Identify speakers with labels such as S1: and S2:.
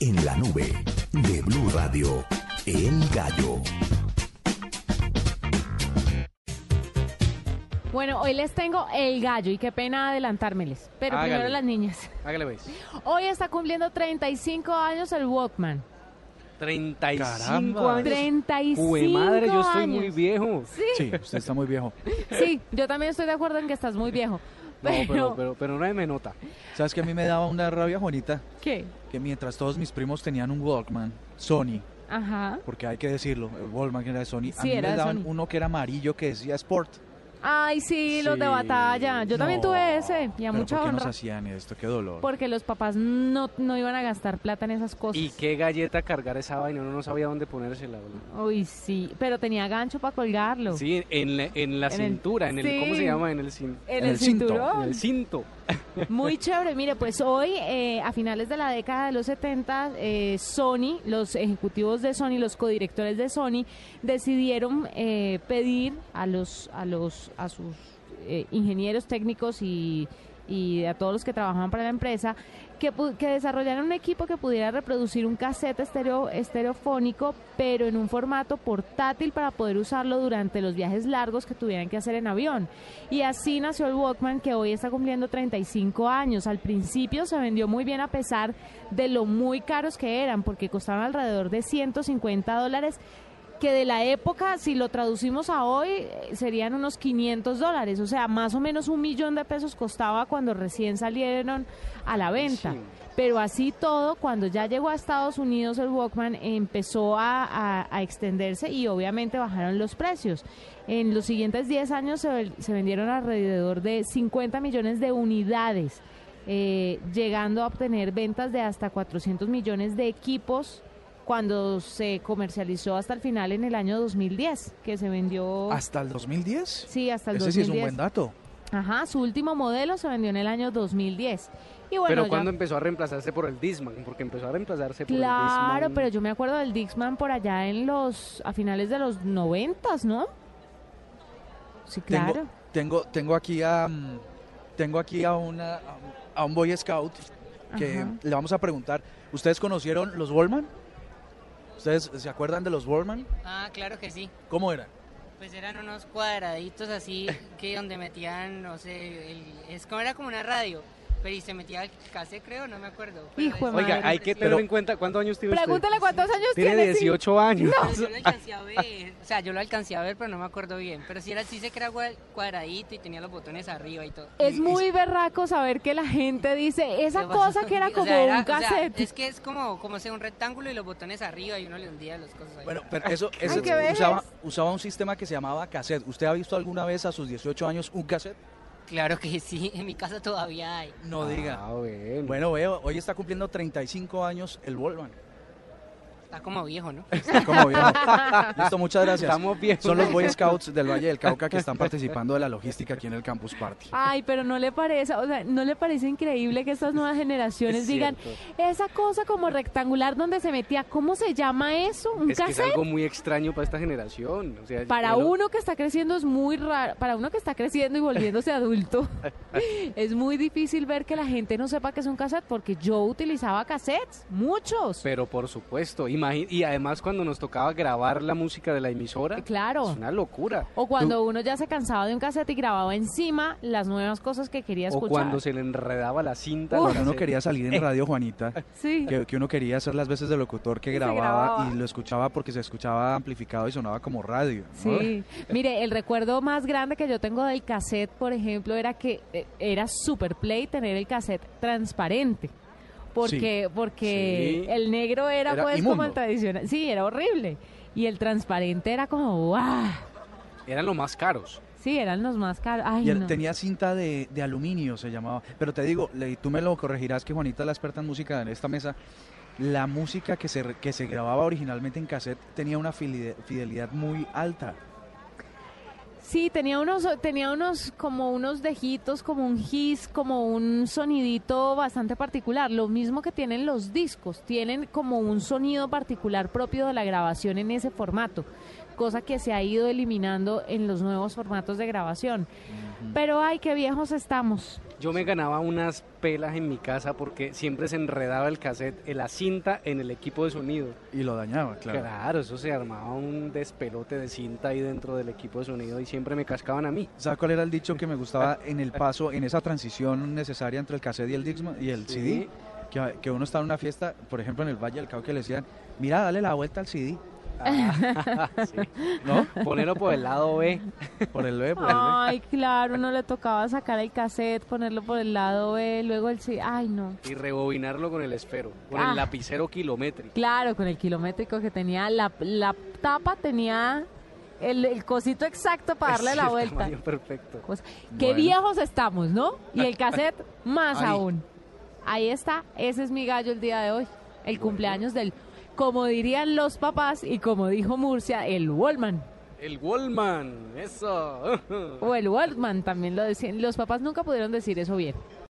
S1: en la nube de Blue Radio, El Gallo.
S2: Bueno, hoy les tengo el gallo y qué pena adelantármeles, pero
S3: Hágale.
S2: primero las niñas.
S3: Hágale, pues.
S2: Hoy está cumpliendo 35 años el Walkman.
S3: 35
S4: Caramba.
S3: años.
S2: 35
S3: Jue madre, yo estoy muy
S2: años.
S3: viejo.
S2: Sí,
S4: Sí, usted está muy viejo.
S2: sí, yo también estoy de acuerdo en que estás muy viejo.
S3: No,
S2: Pero,
S3: pero, pero, pero nadie me nota.
S4: ¿Sabes que a mí me daba una rabia, Juanita?
S2: ¿qué?
S4: Que mientras todos mis primos tenían un Walkman, Sony,
S2: Ajá.
S4: porque hay que decirlo, el Walkman era de Sony, a
S2: Sí,
S4: mí
S2: era
S4: me
S2: de
S4: daban
S2: Sony.
S4: uno que era amarillo que decía Sport.
S2: Ay, sí, los de
S3: Sí,
S2: batalla. Yo también
S4: No,
S2: tuve ese y a
S4: pero
S2: mucha
S4: ¿Por qué
S2: honra.
S4: nos hacían esto? Qué dolor.
S2: Porque los papás no, no iban a gastar plata en esas cosas.
S3: Y qué galleta cargar esa vaina, uno no sabía dónde ponérsela. boludo.
S2: Uy, sí, pero tenía gancho para colgarlo.
S3: Sí, en la, en la
S2: En el-
S3: cintura, en el, ¿cómo
S2: sí.
S3: se llama? En el, cin-
S2: En
S4: En
S2: el,
S4: el cinto,
S2: cinturón.
S3: en el cinto.
S2: Muy chévere. Mire, pues hoy, eh, a finales de la década de los 70, eh, Sony, los ejecutivos de Sony, los codirectores de Sony, decidieron eh, pedir a los, a los, a sus eh, ingenieros técnicos y y a todos los que trabajaban para la empresa, que, pu- que desarrollaran un equipo que pudiera reproducir un cassette estereo, estereofónico, pero en un formato portátil para poder usarlo durante los viajes largos que tuvieran que hacer en avión. Y así nació el Walkman, que hoy está cumpliendo 35 años. Al principio se vendió muy bien a pesar de lo muy caros que eran, porque costaban alrededor de 150 dólares que de la época, si lo traducimos a hoy, eh, serían unos 500 dólares, o sea, más o menos un millón de pesos costaba cuando recién salieron a la venta.
S3: Sí.
S2: Pero así todo, cuando ya llegó a Estados Unidos el Walkman, empezó a, a- a extenderse y obviamente bajaron los precios. En los siguientes 10 años se, vel- se vendieron alrededor de 50 millones de unidades, eh, llegando a obtener ventas de hasta 400 millones de equipos cuando se comercializó hasta el final en el año 2010, que se vendió...
S4: ¿Hasta el 2010?
S2: Sí, hasta el
S4: Ese
S2: 2010.
S4: sí es un buen dato.
S2: Ajá, su último modelo se vendió en el año 2010. Y bueno,
S3: pero
S2: ya-
S3: cuando empezó a reemplazarse por el Disman, porque empezó a reemplazarse por
S2: Claro,
S3: el Disman.
S2: pero yo me acuerdo del Dixman por allá en los a finales de los noventas, ¿no? Sí, claro.
S4: Tengo, tengo, tengo aquí a, mm, tengo aquí a una, a un- a un Boy Scout que
S2: Ajá.
S4: le vamos a preguntar. ¿Ustedes conocieron los Wallman? ¿Ustedes se acuerdan de los Wallman?
S5: Ah, claro que sí.
S4: ¿Cómo eran?
S5: Pues eran unos cuadraditos así que donde metían, no sé, el- es como era como una radio, pero y se metía el cassette, creo, no me acuerdo. pero
S2: Hijo de
S5: es-
S3: Oiga,
S2: Madre.
S3: hay que tener
S4: Pero-
S3: en cuenta cuántos años tiene
S2: Pregúntale cuántos años
S3: usted. Tiene 18 años.
S5: pero yo lo alcancé a ver, o sea, yo lo alcancé a ver, pero no me acuerdo bien. Pero sí era así, se que era gua- cuadradito y tenía los botones arriba y todo.
S2: Es muy berraco saber que la gente dice esa cosa que era
S5: pues, O sea,
S2: como
S5: era-
S2: un
S5: o sea,
S2: cassette.
S5: es que es como, como sea, un rectángulo y los botones arriba y uno le hundía las cosas ahí.
S4: Bueno, pero eso, eso
S2: qué bebés.
S4: usaba, usaba un sistema que se llamaba cassette. ¿Usted ha visto alguna vez a sus 18 años un cassette?
S5: Claro que sí, en mi casa todavía hay.
S4: No diga.
S3: Ah, bueno.
S4: Bueno, veo, hoy está cumpliendo 35 años el Wallman.
S5: Está como viejo, ¿no?
S4: Está como viejo. Listo, muchas gracias.
S3: Estamos bien.
S4: Son los Boy Scouts del Valle del Cauca que están participando de la logística aquí en el Campus Party.
S2: Ay, pero no le parece, o sea, no le parece increíble que estas nuevas generaciones
S3: Es
S2: digan
S3: cierto.
S2: esa cosa como rectangular donde se metía, ¿cómo se llama eso? ¿Un
S3: es que es
S2: cassette?
S3: algo muy extraño para esta generación. O sea,
S2: Para
S3: yo lo-
S2: uno que está creciendo es muy raro, para uno que está creciendo y volviéndose adulto, es muy difícil ver que la gente no sepa que es un cassette, porque yo utilizaba cassettes, muchos.
S3: Pero por supuesto, imagi- y además cuando nos tocaba grabar la música de la emisora, es
S2: eh, claro.
S3: una locura.
S2: O cuando uno ya se cansaba de un cassette y grababa encima las nuevas cosas que quería
S3: O
S2: escuchar.
S3: cuando se le enredaba la cinta.
S2: Uf.
S3: no
S4: Cuando uno quería salir en radio, Juanita,
S2: Sí.
S4: que, que uno quería hacer las veces de locutor que
S2: Que se
S4: grababa
S2: grababa.
S4: y lo escuchaba porque se escuchaba amplificado y sonaba como radio. ¿no?
S2: Sí, mire, el recuerdo más grande que yo tengo del cassette, por ejemplo, era que eh, era super play tener el cassette transparente. Porque, porque
S3: Sí.
S2: el negro era,
S4: Era
S2: pues como el
S4: inmundo.
S2: tradicional. Sí, era horrible. Y el transparente era como, ¡guau!
S3: Eran los más caros.
S2: Sí, eran los más caros. Ay,
S4: Y él
S2: no.
S4: tenía cinta de, de aluminio, se llamaba. Pero te digo, le- tú me lo corregirás que Juanita, la experta en música en esta mesa, la música que se, re- que se grababa originalmente en cassette tenía una filide- fidelidad muy alta.
S2: Sí, tenía unos, tenía unos, como unos dejitos, como un hiss, como un sonidito bastante particular. Lo mismo que tienen los discos, tienen como un sonido particular propio de la grabación en ese formato, cosa que se ha ido eliminando en los nuevos formatos de grabación. Pero ay, qué viejos estamos.
S3: Yo me ganaba unas pelas en mi casa porque siempre se enredaba el cassette, en la cinta en el equipo de sonido.
S4: Y lo dañaba,
S3: Claro.
S4: claro.
S3: eso se armaba un despelote de cinta ahí dentro del equipo de sonido y siempre me cascaban a mí.
S4: ¿Sabes cuál era el dicho que me gustaba en el paso, en esa transición necesaria entre el cassette y el, Discman- y el
S3: Sí.
S4: CD? Que, que uno estaba en una fiesta, por ejemplo en el Valle del Cauca, que le decían, mira, dale la vuelta al CD, ¿no?
S3: Ponerlo Ah, por el lado B.
S4: Por el B, por el B.
S2: Ay, claro, no le tocaba sacar el cassette, ponerlo por el lado B, luego el sí. Ay, no.
S3: y rebobinarlo con el esfero, con
S2: Ah.
S3: el lapicero kilométrico.
S2: Claro, con el kilométrico que tenía, la, la tapa tenía el, el cosito exacto para darle
S3: Es
S2: la
S3: el
S2: vuelta.
S3: tamaño perfecto.
S2: Cosa- Qué
S4: Bueno.
S2: viejos estamos, ¿no? Y el cassette más
S4: Ahí.
S2: aún. Ahí está, ese es mi gallo el día de hoy, el cumpleaños del, como dirían los papás y como dijo Murcia, el Wallman.
S3: El Wallman, eso.
S2: O el Wallman también lo decían. Los papás nunca pudieron decir eso bien.